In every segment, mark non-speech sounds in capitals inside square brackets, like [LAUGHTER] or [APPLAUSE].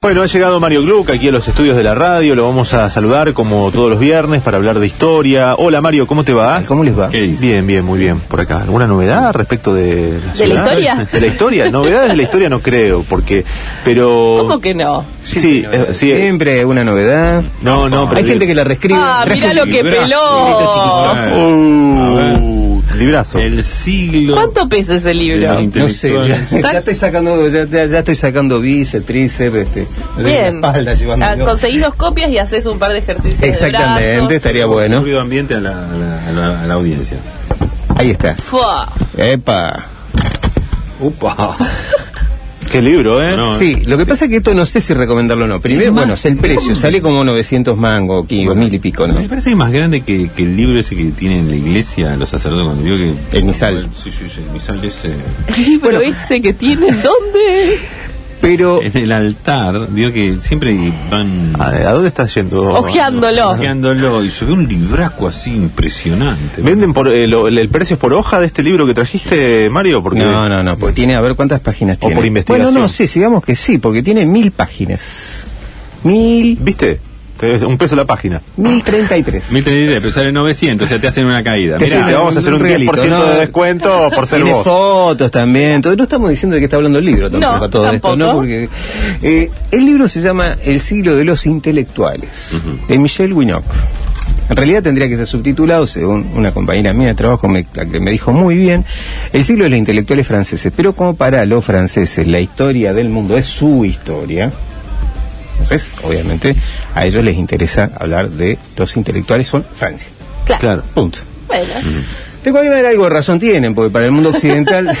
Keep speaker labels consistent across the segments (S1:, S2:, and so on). S1: Bueno, ha llegado Mario Gluck aquí a los estudios de la radio, lo vamos a saludar como todos los viernes para hablar de historia. Hola Mario, ¿cómo te va?
S2: ¿Cómo les va?
S3: ¿Qué dice?
S1: Bien, bien, muy bien. Por acá, ¿alguna novedad respecto de la,
S4: ¿De la
S1: ciudad?
S4: historia?
S1: [LAUGHS] De la historia, novedades de la historia no creo, porque pero
S4: ¿Cómo que no?
S1: Sí, eh, sí. eh,
S2: Siempre hay una novedad.
S1: No, no, pero
S2: Hay gente que la reescribe. Ah,
S4: Ah, mirá lo que
S3: Librazo, librito
S4: peló.
S3: este chiquito.
S1: Uh, librazo.
S3: El siglo.
S4: ¿Cuánto pesa ese libro?
S3: Veinte.
S2: No sé, ya,
S3: Ah, Intelectual.
S2: ya estoy sacando, ya, ya- ya estoy sacando bíceps, tríceps, este, doy la
S4: Bien.
S2: espalda
S4: Ah,
S2: llevando.
S4: conseguís dos copias y haces un par de ejercicios. de
S2: Exactamente,
S4: brazos.
S2: estaría bueno.
S3: Ruido ambiente a la, a la- a la- a la audiencia.
S2: Ahí está.
S4: Fua. [LAUGHS]
S2: Epa.
S3: Upa.
S1: Qué libro, ¿eh?
S3: No,
S2: Sí, lo que pasa es que esto no sé si recomendarlo o no. Primero, bueno, es el precio, sale como 900 mango, aquí, o mil y pico, ¿no?
S3: Me parece que es más grande que, que el libro ese que tienen en la iglesia, los sacerdotes cuando digo que.
S2: El misal.
S3: Sí, sí, sí, el misal ese.
S4: El libro ese que tiene, ¿dónde?
S2: Pero
S3: En el altar, digo que siempre van
S1: ¿A, Ah, a dónde estás yendo?
S4: Ojeándolo.
S3: bloqueándolo y se ve un libraco así impresionante.
S1: ¿Venden por, eh, lo- el precio es por hoja de este libro que trajiste, Mario? Porque
S2: No, no, no, porque tiene, a ver cuántas páginas
S1: O
S2: tiene.
S1: por investigación.
S2: Bueno, no, sí, sigamos que sí, porque tiene mil páginas. Mil,
S1: ¿Viste? Te- Un peso la página.
S2: mil treinta y tres.
S3: 1033, pero sale 900, o sea, te hacen una caída.
S2: Te
S1: Sí,
S3: Mirá,
S2: sirve.
S1: te vamos a hacer un
S2: un regalito,
S1: 10% de
S2: ¿no?
S1: descuento por ser
S2: Tiene
S1: vos.
S2: fotos también. Entonces, no estamos diciendo de qué está hablando el libro tampoco
S4: No,
S2: todo
S4: tampoco.
S2: esto, ¿no? Porque eh, el libro se llama El siglo de los intelectuales, de Michel Winock. En realidad tendría que ser subtitulado, según una compañera mía de trabajo, me, la que me dijo muy bien, el siglo de los intelectuales franceses. Pero como para los franceses la historia del mundo es su historia, entonces, obviamente, a ellos les interesa hablar de los intelectuales, son Francia.
S4: Claro.
S2: Punto.
S4: Bueno.
S2: De cualquier manera algo de razón tienen, porque para el mundo occidental...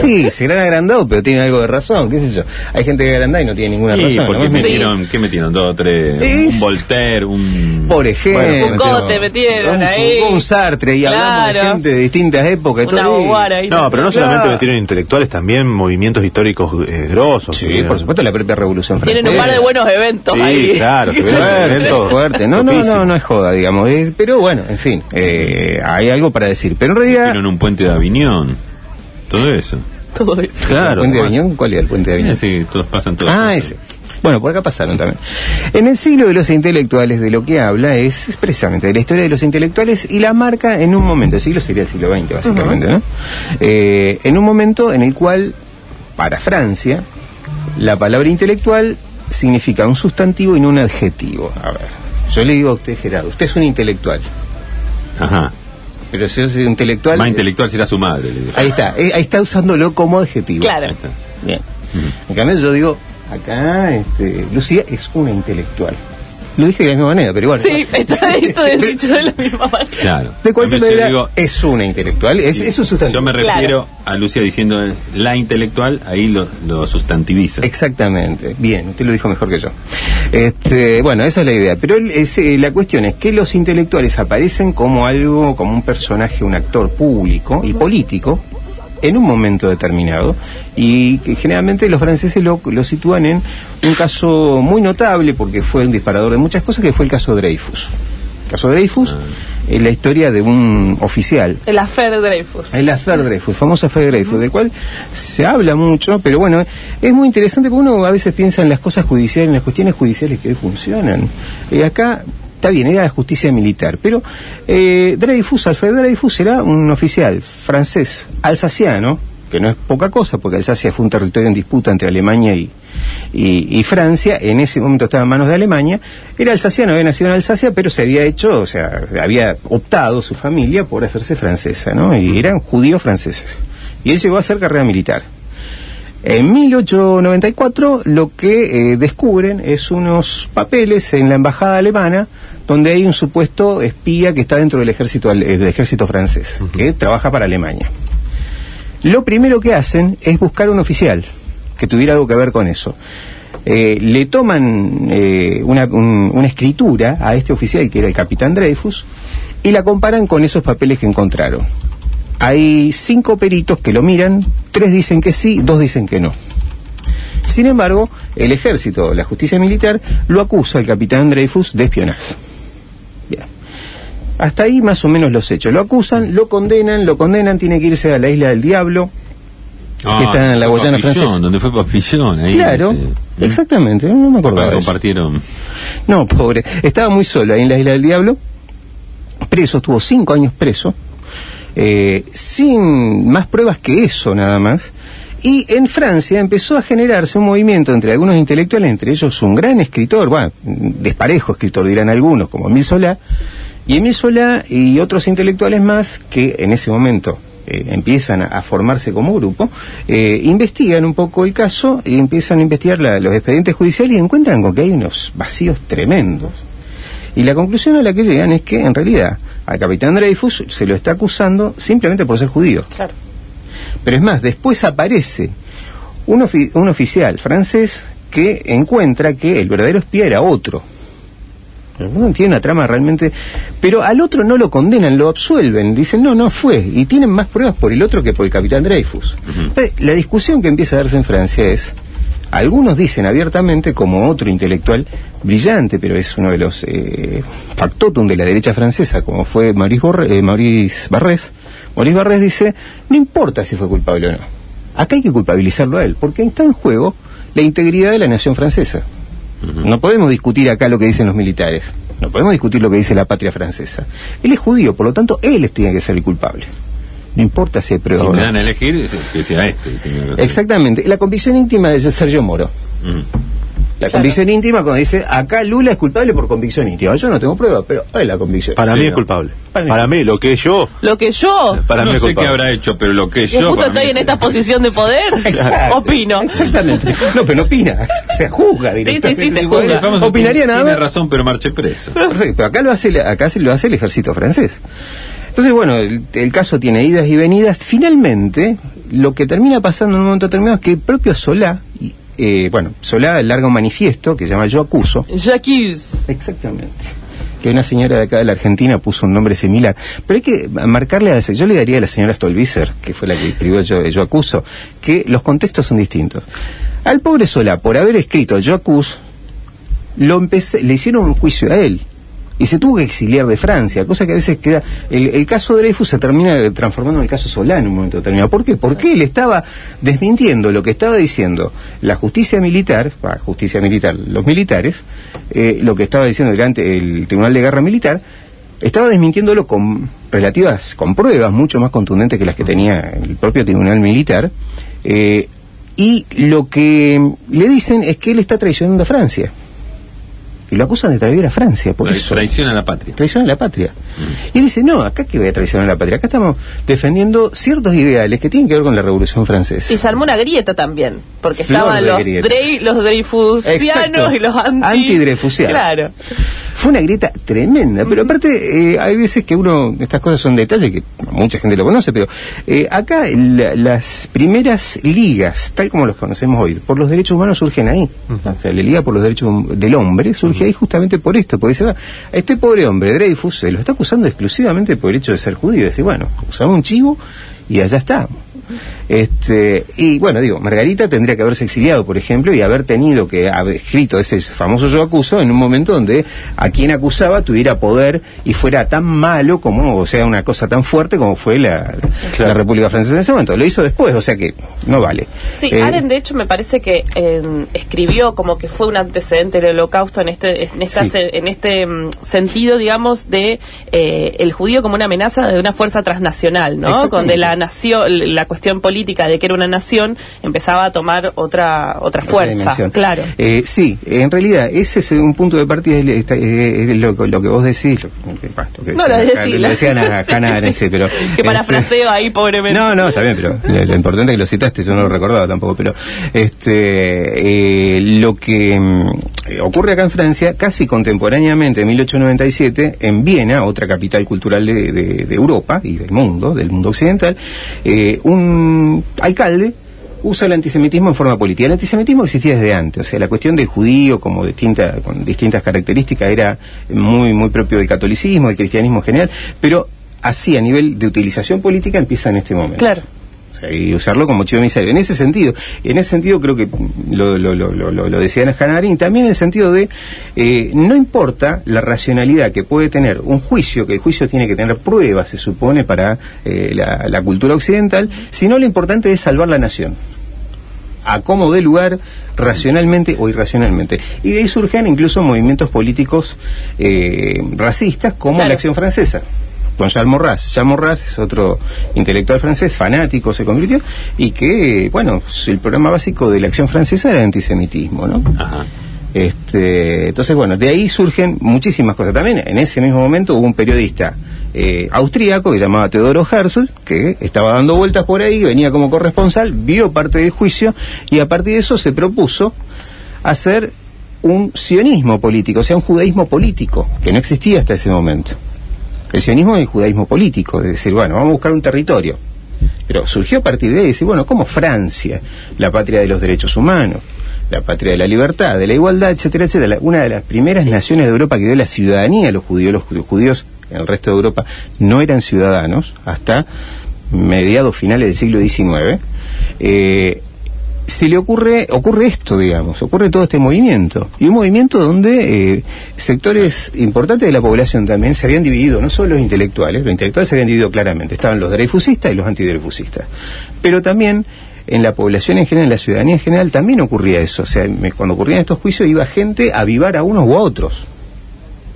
S2: Sí, serán agrandados, pero tienen algo de razón, qué sé yo. Hay gente que agranda y no tiene ninguna
S3: Sí,
S2: razón.
S3: porque
S2: ¿no?
S3: metieron, ¿qué metieron? Dos, tres,
S2: Sí.
S3: un Voltaire, un...
S2: Por ejemplo...
S4: Bueno, Foucault te metieron
S2: un,
S4: ahí.
S2: Foucault, un Sartre, y hablamos de
S4: Claro.
S2: gente de distintas épocas. y
S4: Una
S2: todo ahí.
S4: boguara ahí.
S1: No, pero no solamente
S2: Claro.
S1: metieron intelectuales, también movimientos históricos eh, grosos.
S2: Sí,
S1: Eh,
S2: por supuesto, la propia Revolución Francesa.
S4: Tienen un par de buenos eventos
S1: Sí,
S4: ahí.
S1: claro, se ven
S2: Fuerte,
S1: eventos
S2: fuerte. No, no,
S1: topísimos.
S2: no, no es joda, digamos. Eh, pero bueno, en fin, eh, hay algo para decir. Pero en realidad...
S3: Metieron un puente de Aviñón. Todo eso.
S4: Todo eso.
S1: Claro.
S2: ¿El puente de
S1: más.
S2: Aviñón? ¿Cuál era el puente de Aviñón?
S3: Mira, sí, todos pasan todas
S2: Ah,
S3: cosas.
S2: ese. Bueno, por acá pasaron también. En el siglo de los intelectuales, de lo que habla es precisamente de la historia de los intelectuales y la marca en un momento. El siglo sería el siglo XX, básicamente, ¿no? Eh, en un momento en el cual, para Francia, la palabra intelectual significa un sustantivo y no un adjetivo. A ver, yo le digo a usted, Gerardo, usted es un intelectual.
S3: Ajá.
S2: Pero si es intelectual.
S3: Más intelectual será su madre, le digo.
S2: Ahí está, eh, ahí está usándolo como adjetivo.
S4: Claro.
S3: Ahí está.
S2: Bien.
S3: Mm.
S2: En cambio, yo digo, acá este, Lucía es una intelectual. Lo dije de la misma manera, pero igual.
S4: [LAUGHS] Sí, está esto de dicho de la misma manera.
S3: Claro.
S2: De cualquier
S3: Entonces yo
S2: manera,
S3: digo,
S2: es una intelectual, es,
S3: sí,
S2: es un
S3: Yo
S2: sustantivo.
S3: me
S4: Claro.
S3: refiero a Lucia diciendo eh, la intelectual, ahí lo, lo sustantiviza.
S2: Exactamente, bien, usted lo dijo mejor que yo. Este, bueno, esa es la idea. Pero el- es, eh, la cuestión es que los intelectuales aparecen como algo, como un personaje, un actor público y político en un momento determinado y que generalmente los franceses lo, lo sitúan en un caso muy notable porque fue un disparador de muchas cosas que fue el caso Dreyfus. El caso Dreyfus es la historia de un oficial
S4: El afer Dreyfus.
S2: el hacer Dreyfus, famosa Fer Dreyfus, del cual se habla mucho, pero bueno, es muy interesante porque uno a veces piensa en las cosas judiciales, en las cuestiones judiciales que hoy funcionan. Y acá, está bien, era la justicia militar, pero eh, Dreyfus, Alfred Dreyfus, era un oficial francés, alsaciano, que no es poca cosa, porque Alsacia fue un territorio en disputa entre Alemania y, y, y Francia, en ese momento estaba en manos de Alemania, era alsaciano, había nacido en Alsacia, pero se había hecho, o sea, había optado su familia por hacerse francesa, ¿no? Y eran judíos franceses. Y él llegó a hacer carrera militar. En 1894 lo que eh, descubren es unos papeles en la embajada alemana donde hay un supuesto espía que está dentro del ejército, al- eh, del ejército francés, que trabaja para Alemania. Lo primero que hacen es buscar un oficial que tuviera algo que ver con eso. eh, le toman eh, una, un- una escritura a este oficial, que era el capitán Dreyfus, y la comparan con esos papeles que encontraron. Hay cinco peritos que lo miran, tres dicen que sí, dos dicen que no. Sin embargo, el ejército, la justicia militar, lo acusa al capitán Dreyfus de espionaje. Bien. Hasta ahí más o menos los hechos. Lo acusan, lo condenan, lo condenan, tiene que irse a la isla del diablo.
S3: Ah,
S2: que está en la Guayana
S3: Papillón,
S2: francesa.
S3: Donde fue Papillón, ahí.
S2: Claro,
S3: este, ¿eh?
S2: exactamente, no me acordaba.
S3: Lo
S2: de eso.
S3: compartieron.
S2: No, pobre. Estaba muy solo ahí en la Isla del Diablo. Preso, estuvo cinco años preso. eh, sin más pruebas que eso, nada más. Y en Francia empezó a generarse un movimiento entre algunos intelectuales, entre ellos un gran escritor, bueno, desparejo escritor dirán algunos, como Emile Solá, y Emile Solá y otros intelectuales más que en ese momento eh, empiezan a, a formarse como grupo, eh, investigan un poco el caso y empiezan a investigar la- los expedientes judiciales y encuentran con que hay unos vacíos tremendos. Y la conclusión a la que llegan es que, en realidad, al capitán Dreyfus se lo está acusando simplemente por ser judío.
S4: Claro.
S2: Pero es más, después aparece un, ofi- un oficial francés que encuentra que el verdadero espía era otro. Bueno, Tiene una trama realmente... Pero al otro no lo condenan, lo absuelven. Dicen, no, no fue. Y tienen más pruebas por el otro que por el capitán Dreyfus. Entonces, La discusión que empieza a darse en Francia es... Algunos dicen abiertamente, como otro intelectual brillante, pero es uno de los eh, factotum de la derecha francesa, como fue Maurice, Borre- eh, Maurice Barrés. Maurice Barrés dice, no importa si fue culpable o no. Acá hay que culpabilizarlo a él, porque está en juego la integridad de la nación francesa. No podemos discutir acá lo que dicen los militares. No podemos discutir lo que dice la patria francesa. Él es judío, por lo tanto, él tiene que ser el culpable. No importa si hay pruebas
S3: Si
S2: o
S3: me
S2: no.
S3: dan a elegir, es- que sea este. dice mi amigo.
S2: Exactamente. La convicción íntima de Sergio Moro.
S3: Ujú.
S2: La
S4: Claro.
S2: convicción íntima cuando dice, acá Lula es culpable por convicción íntima. Yo no tengo pruebas, pero hay la convicción.
S1: Para
S3: Sí,
S1: mí
S3: no.
S1: es culpable.
S2: Para
S1: Para,
S2: mí.
S1: mí, lo que es yo,
S4: Lo que yo,
S1: para
S3: no
S1: mí es
S3: sé qué
S1: culpable.
S3: habrá hecho, pero lo que
S4: que
S3: yo.
S4: justo
S3: para mí-
S4: estoy en esta posición de poder,
S2: Exacto.
S4: opino.
S2: Exactamente. No, pero no opina. Se juzga directamente.
S4: sí, se
S2: Tipo,
S4: juzga.
S3: El famoso,
S2: Opinaría nada
S3: Tiene
S2: más.
S3: razón, pero marche preso.
S2: Perfecto, acá lo hace, la- acá se lo hace el ejército francés. Entonces, bueno, el, el caso tiene idas y venidas. Finalmente, lo que termina pasando en un momento determinado es que el propio Solá, y, eh, bueno, Solá larga un manifiesto que se llama Yo acuso.
S4: J'accuse.
S2: Exactamente. Que una señora de acá de la Argentina puso un nombre similar. Pero hay que marcarle a la, yo le daría a la señora Stolbizer, que fue la que escribió yo, yo acuso, que los contextos son distintos. Al pobre Solá, por haber escrito Yo acuso, lo empecé- le hicieron un juicio a él. Y se tuvo que exiliar de Francia, cosa que a veces queda... El, el caso Dreyfus se termina transformando en el caso Solá en un momento determinado. ¿Por qué? Porque él estaba desmintiendo lo que estaba diciendo la justicia militar, bah, justicia militar, los militares, eh, lo que estaba diciendo el, ante- el Tribunal de Guerra Militar, estaba desmintiéndolo con relativas, con pruebas mucho más contundentes que las que tenía el propio Tribunal Militar. eh, y lo que le dicen es que él está traicionando a Francia. Y lo acusan de traidor a Francia, por
S3: Tra-
S2: eso.
S3: Traición a la patria.
S2: Traición a la patria. Y él dice, no, acá que voy a traicionar a la patria. Acá estamos defendiendo ciertos ideales que tienen que ver con la Revolución Francesa.
S4: Y se armó una grieta también, porque
S2: Flor
S4: estaban
S2: de
S4: los,
S2: grieta.
S4: Drey, los Dreyfusianos
S2: Exacto.
S4: y los anti...
S2: Antidreyfusianos.
S4: Claro.
S2: Fue una grieta tremenda, pero aparte eh, hay veces que uno, estas cosas son detalles que mucha gente lo conoce, pero eh, acá la- las primeras ligas, tal como los conocemos hoy, por los derechos humanos surgen ahí. O sea, la Liga por los Derechos hum- del Hombre surge ahí justamente por esto, porque se va, a este pobre hombre, Dreyfus, se lo está acusando exclusivamente por el hecho de ser judío, decir, bueno, usaba un chivo y allá está. Este, y bueno, digo, Margarita tendría que haberse exiliado, por ejemplo, y haber tenido que haber escrito ese famoso yo acuso en un momento donde a quien acusaba tuviera poder y fuera tan malo como, o sea, una cosa tan fuerte como fue la, la República Francesa en ese momento. Lo hizo después, o sea que no vale.
S4: Sí,
S2: Eh,
S4: Allen de hecho me parece que eh, escribió como que fue un antecedente del holocausto en este en, esta
S2: Sí.
S4: se- en este mm, sentido, digamos, de eh, el judío como una amenaza de una fuerza transnacional, ¿no?
S2: Exactamente.
S4: Con de la nación, la cuestión política de que era una nación empezaba a tomar otra otra fuerza,
S2: dimensión.
S4: claro.
S2: Eh, sí, en realidad ese es un punto de partida, es, esta- eh, es lo, lo que vos decís. Lo, que- bueno, lo que
S4: No lo
S2: decían acá-
S4: decís,
S2: lo
S4: la-
S2: decían a
S4: Sí,
S2: Hannah
S4: sí,
S2: Arendt,
S4: sí.
S2: sí, pero...
S4: [LAUGHS] que
S2: este,
S4: parafraseo ahí pobremente.
S2: No, no, está bien, pero lo, lo importante es que lo citaste, yo no lo recordaba tampoco, pero este eh, lo que mm, eh, ocurre acá en Francia, casi contemporáneamente, en 1897, en Viena, otra capital cultural de, de- de Europa y del mundo, del mundo occidental, eh, un alcalde usa el antisemitismo en forma política. El antisemitismo existía desde antes, o sea, la cuestión del judío como distinta, con distintas características era muy, muy propio del catolicismo, del cristianismo en general, pero así a nivel de utilización política empieza en este momento.
S4: Claro.
S2: O sea, y usarlo como chivo emisario. En ese sentido, en ese sentido creo que lo, lo, lo, lo, lo- lo decía Ana Janarín, también en el sentido de eh, no importa la racionalidad que puede tener un juicio, que el juicio tiene que tener pruebas, se supone, para eh, la, la cultura occidental, sino lo importante es salvar la nación a cómo dé lugar racionalmente o irracionalmente. Y de ahí surgen incluso movimientos políticos eh, racistas como
S4: Claro.
S2: la Acción Francesa con Charles Maurras. Charles Maurras es otro intelectual francés, fanático se convirtió, y que, bueno, el programa básico de la acción francesa era el antisemitismo, ¿no?
S3: Ajá.
S2: Este, entonces, bueno, de ahí surgen muchísimas cosas. También en ese mismo momento hubo un periodista eh, austríaco que se llamaba Teodoro Herzl, que estaba dando vueltas por ahí, venía como corresponsal, vio parte del juicio y a partir de eso se propuso hacer un sionismo político, o sea, un judaísmo político, que no existía hasta ese momento. El sionismo es el judaísmo político, es decir, bueno, vamos a buscar un territorio. Pero surgió a partir de ahí, decir, bueno, como Francia, la patria de los derechos humanos, la patria de la libertad, de la igualdad, etcétera, etcétera, la- una de las primeras naciones de Europa que dio la ciudadanía a los judíos, los ju- judíos en el resto de Europa no eran ciudadanos hasta mediados finales del siglo XIX. Eh, se le ocurre ocurre esto digamos ocurre todo este movimiento y un movimiento donde eh, sectores importantes de la población también se habían dividido no solo los intelectuales los intelectuales se habían dividido claramente estaban los dreyfusistas y los antidrayfusistas pero también en la población en general, en la ciudadanía en general, también ocurría eso. O sea, me- cuando ocurrían estos juicios, iba gente a avivar a unos u a otros.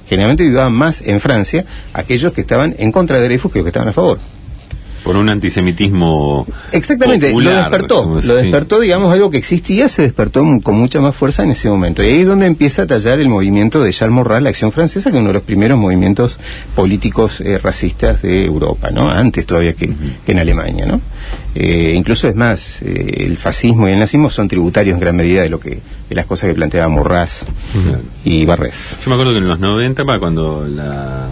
S2: Generalmente vivaban más en Francia aquellos que estaban en contra de Dreyfus que los que estaban a favor.
S3: Por un antisemitismo.
S2: Exactamente, lo
S3: popular,
S2: despertó,
S3: digamos,
S2: lo
S3: sí.
S2: despertó, digamos, algo que existía, se despertó mu- con mucha más fuerza en ese momento. Y ahí es donde empieza a tallar el movimiento de Charles Maurras, la acción francesa, que es uno de los primeros movimientos políticos eh, racistas de Europa, ¿no? Antes todavía que, que en Alemania, ¿no? Eh, incluso es más, eh, el fascismo y el nazismo son tributarios en gran medida de lo que de las cosas que planteaba Maurras
S3: Claro.
S2: y Barrés.
S3: Yo me acuerdo que en los 90, pa, cuando la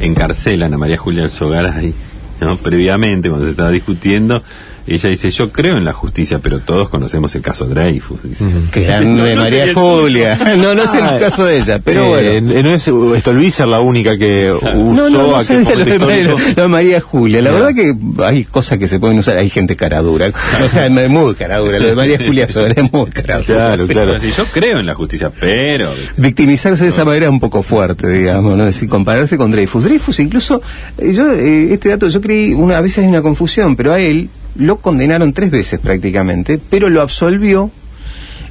S3: encarcelan a María Julia Sogaray, ¿no? previamente, cuando se estaba discutiendo, ella dice, yo creo en la justicia, pero todos conocemos el caso Dreyfus. dice.
S2: Que grande
S3: [LAUGHS] No, no
S2: María
S3: sería el
S2: Julia. [LAUGHS] no, no es
S1: Ah,
S2: el caso de ella, pero
S1: Eh,
S2: bueno.
S1: n- No es uh, Stolbizer la única que usó
S2: [LAUGHS] No, no, no
S1: aquel
S2: sabía lo
S1: momento
S2: de María,
S1: histórico.
S2: lo de María Julia. La verdad que hay cosas que se pueden usar. Hay gente caradura. O sea, no es muy caradura. Lo
S1: [LAUGHS]
S2: de María Julia Soler es muy caradura.
S1: Claro, claro.
S3: Así, yo creo en la justicia, pero...
S2: Victimizarse de esa manera es un poco fuerte, digamos, ¿no? Es decir, compararse con Dreyfus. Dreyfus, incluso, eh, yo, eh, este dato, yo creí, una, a veces hay una confusión, pero a él lo condenaron tres veces prácticamente, pero lo absolvió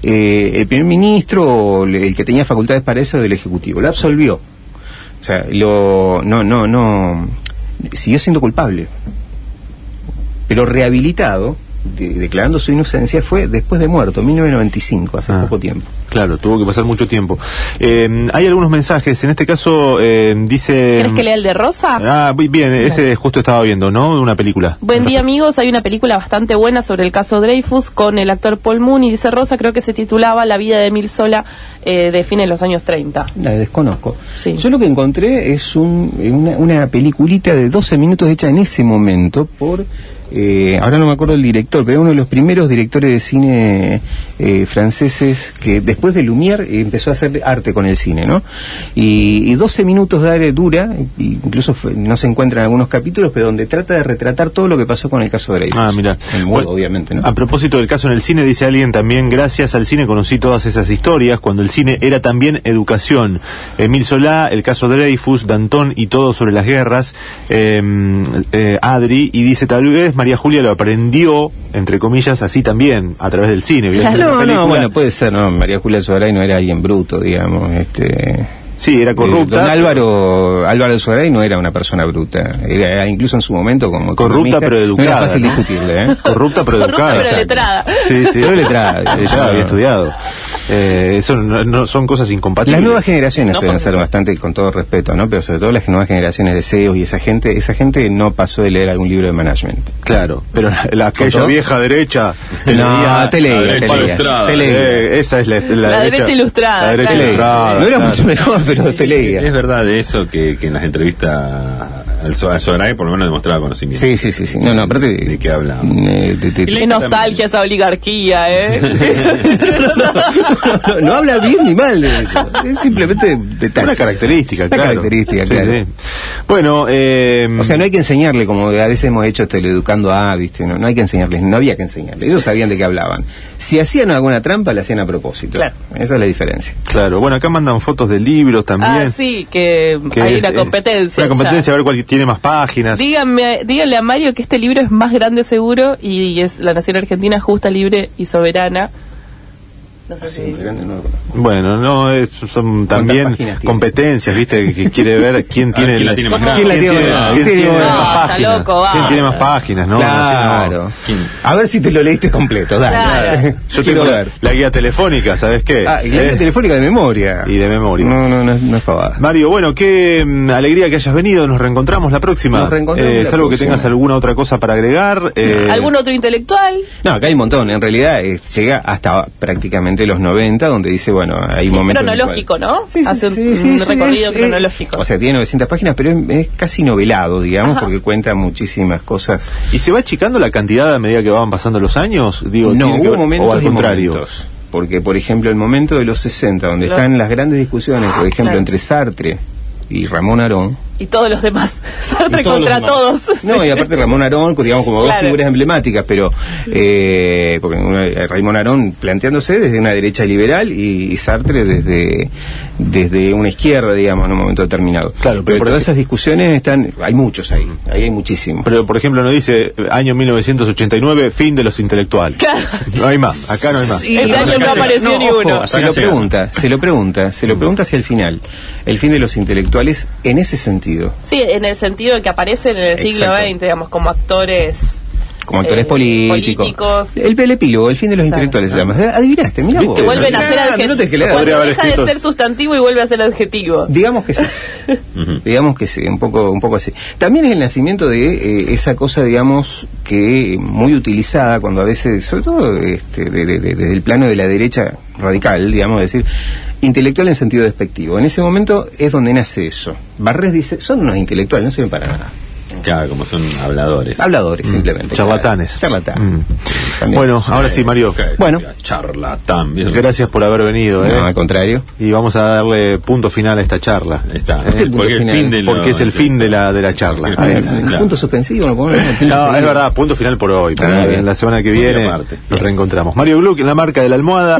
S2: eh, el primer ministro, o le- el que tenía facultades para eso del Ejecutivo, lo absolvió. O sea, lo, no, no, no, siguió siendo culpable. Pero rehabilitado, de- declarando su inocencia, fue después de muerto, 1995, hace
S1: Ah.
S2: poco tiempo.
S1: Claro, tuvo que pasar mucho tiempo. Eh, hay algunos mensajes, en este caso eh, dice...
S2: em,
S4: ¿Querés que lea el de Rosa?
S1: Ah, muy bien, ese justo estaba viendo, ¿no? Una película.
S4: Buen día amigos, hay una película bastante buena sobre el caso Dreyfus con el actor Paul Moon y dice Rosa, creo que se titulaba La vida de Emil Sola eh, de fines de los años 30.
S2: La desconozco.
S4: Sí.
S2: Yo lo que encontré es un- una, una peliculita de 12 minutos hecha en ese momento por, eh, ahora no me acuerdo el director, pero era uno de los primeros directores de cine eh, franceses que después de Lumière eh, empezó a hacer arte con el cine, ¿no? Y, y 12 minutos de aire dura, y- incluso fue- no se encuentran algunos capítulos, pero donde trata de retratar todo lo que pasó con el caso de Dreyfus.
S1: Ah, mira.
S2: El modo, obviamente, ¿no?
S1: A propósito del caso en el cine, dice alguien también, gracias al cine conocí todas esas historias, cuando el cine era también educación. Emil Solá, el caso Dreyfus, Dantón y todo sobre las guerras, eh, eh, Adri, y dice, tal vez María Julia lo aprendió, entre comillas, así también, a través del cine. evidentemente,
S2: No,
S1: la película-
S2: no, bueno, pues, puede ser, no, María Julia Soray no era alguien bruto, digamos, este...
S1: Sí, era corrupta.
S2: Eh, Don Álvaro, Álvaro Soray no era una persona bruta. Era, era incluso en su momento como
S1: Corrupta
S2: economista,
S1: pero educada.
S2: No era fácil
S1: ¿no?
S2: discutirle, ¿eh?
S1: [LAUGHS] Corrupta pero
S4: Corrupta
S1: educada.
S4: pero
S1: exacto.
S4: letrada.
S1: Sí, sí.
S2: Pero letrada.
S1: Ella
S2: [LAUGHS]
S1: había estudiado. Eh, eso no- no- son cosas incompatibles.
S2: Las nuevas generaciones
S4: No,
S2: suelen
S4: por
S2: ser bastante, con todo respeto, ¿no? Pero sobre todo las nuevas generaciones de CEOs y esa gente, esa gente no pasó de leer algún libro de management.
S1: Claro, pero la, la aquella
S2: todo?
S1: vieja derecha. te
S2: No,
S1: leía-
S2: te leía,
S1: la
S2: te
S1: derecha
S3: leía,
S1: ilustrada.
S3: te
S2: leía.
S1: Eh, esa es la,
S4: La derecha ilustrada,
S1: La derecha
S4: claro.
S1: ilustrada.
S2: no era
S1: claro.
S2: mucho mejor, pero se le diga.
S3: Es verdad eso que, que en las entrevistas al So- a Sogaray por lo menos demostraba conocimiento.
S2: Sí, sí, sí, sí. No, no, aparte.
S3: ¿De qué hablamos?
S2: Eh, de- de- [LAUGHS]
S4: Qué nostalgia esa oligarquía, ¿eh?
S2: no, no habla bien ni mal de eso. Es simplemente detalle.
S1: Una característica,
S2: Una
S1: claro.
S2: característica,
S1: Sí,
S2: claro.
S1: sí. Bueno, eh,
S2: O sea, no hay que enseñarle como a veces hemos hecho teleeducando a, viste, no, no hay que enseñarles, no había que enseñarles. Ellos sabían de qué hablaban. Si hacían alguna trampa, la hacían a propósito.
S4: Claro.
S2: Esa es la diferencia.
S1: claro. Bueno, acá mandan fotos de libros también.
S4: ah, sí, que,
S1: que
S4: hay
S1: es,
S4: una
S1: eh,
S4: competencia.
S1: Una
S4: ya.
S1: competencia, a ver cuál tiene más páginas.
S4: Díganme, díganle a Mario que este libro es más grande seguro y es La Nación Argentina Justa, Libre y Soberana. No sé si...
S1: Bueno, no, es- son
S2: ¿Cuántas
S1: también
S2: páginas tiene?
S1: competencias, viste, que quiere ver quién tiene
S3: quién la tiene más grande.
S1: quién
S2: ¿Quién
S1: tiene-
S2: la
S1: quién
S2: tiene
S1: tiene
S2: más
S1: más
S4: grande?
S1: páginas,
S4: No, está loco,
S1: quién
S4: va.
S1: tiene más páginas, ¿no?
S2: claro.
S1: Así no.
S3: ¿Quién?
S2: A ver si te lo leíste completo, dale.
S4: Claro.
S2: [LAUGHS]
S1: Yo
S2: Quiero
S1: tengo la,
S2: ver.
S1: la guía telefónica, ¿sabes qué?
S2: Ah, y la
S1: Eh,
S2: línea telefónica de memoria.
S1: y de memoria.
S2: No, no, no, es- no es pavada.
S1: Mario, bueno, qué mm, alegría que hayas venido. Nos reencontramos la próxima.
S2: Nos reencontramos
S1: Eh,
S2: la
S1: salvo que
S2: próxima.
S1: tengas alguna otra cosa para agregar. eh,
S4: ¿Algún otro intelectual?
S2: No, acá hay un montón. En realidad eh, llega hasta prácticamente los 90, donde dice, bueno, hay momentos. en el cual-
S4: cronológico, ¿no?
S2: Sí, sí,
S4: Hace un,
S2: sí, sí,
S4: un
S2: sí,
S4: recorrido
S2: es, eh,
S4: cronológico.
S2: o sea, tiene 900 páginas, pero es, es casi novelado, digamos,
S4: Ajá.
S2: porque cuenta muchísimas cosas.
S1: ¿Y se va achicando la cantidad a medida que van pasando los años? Digo,
S2: no,
S1: tiene que
S2: hubo
S1: ver-
S2: momentos
S1: o al
S2: y
S1: contrario.
S2: momentos. Porque, por ejemplo, el momento de los 60, donde
S4: Claro.
S2: están las grandes discusiones, por ejemplo,
S4: Claro.
S2: entre Sartre y Ramón Arón.
S4: y todos los demás. [LAUGHS] Sartre
S3: Y todos los
S4: contra
S3: demás.
S4: todos. [LAUGHS]
S2: No, y aparte Ramón Arón, pues, digamos, como dos
S4: Claro.
S2: figuras emblemáticas, pero eh, porque una- Ramón Arón planteándose desde una derecha liberal y, y Sartre desde, desde una izquierda, digamos, en un momento determinado.
S1: Claro, pero
S2: pero,
S1: por
S2: todas
S1: ej-
S2: esas discusiones están, hay muchos ahí, ahí hay muchísimos.
S1: Pero, por ejemplo, no dice eh, año 1989, fin de los intelectuales. No hay más, acá no hay más.
S4: Sí, Este año no apareció ni
S2: ojo,
S4: uno.
S2: Se lo
S3: Acá llega.
S2: pregunta, se lo pregunta, se lo pregunta hacia el final. El fin de los intelectuales en ese sentido,
S4: Sí, en el sentido de que aparecen en el siglo
S2: Exacto.
S4: XX, digamos, como actores.
S2: como actores
S4: Eh,
S2: políticos.
S4: políticos.
S2: El, el epílogo, el fin de los
S4: Claro.
S2: intelectuales se llama. Adivinaste, mira
S1: ¿Viste?
S2: vos.
S4: Que vuelven a
S1: mirá,
S4: ser adjetivo.
S1: minutos que le da,
S4: Cuando
S1: podría haber
S4: deja
S1: escrito.
S4: de ser sustantivo y vuelve a ser adjetivo.
S1: [LAUGHS]
S2: Digamos que sí.
S3: Ujú.
S2: digamos que sí, un poco, un poco así. También es el nacimiento de eh, esa cosa, digamos, que eh, muy utilizada cuando a veces, sobre todo este, de- de- de- desde el plano de la derecha radical, digamos, decir, intelectual en sentido despectivo. En ese momento es donde nace eso. Barrés dice, son unos intelectuales, no sirven para nada.
S3: Claro, como son habladores.
S2: Habladores,
S1: Mm,
S2: simplemente.
S1: Charlatanes.
S2: Charlatanes.
S1: Mm.
S2: También.
S1: Bueno, ahora sí, Mario.
S2: Bueno.
S3: Charlatán. ¿vieron?
S1: Gracias por haber venido.
S2: No,
S1: ¿eh?
S2: al contrario.
S1: Y vamos a darle punto final a esta charla.
S3: Ahí está. ¿eh?
S2: Este es el punto
S3: porque el
S2: final.
S3: fin de lo-
S1: Porque es el fin de la, de la charla.
S3: Ahí está,
S2: Un
S3: claro.
S2: Punto suspensivo,
S1: [LAUGHS]
S2: lo ponemos. [LAUGHS]
S1: No, es verdad, punto final por hoy. pero
S2: Muy bien.
S1: la semana que
S3: Muy
S1: viene
S3: aparte.
S1: nos reencontramos. Mario Gluck en la marca de la almohada.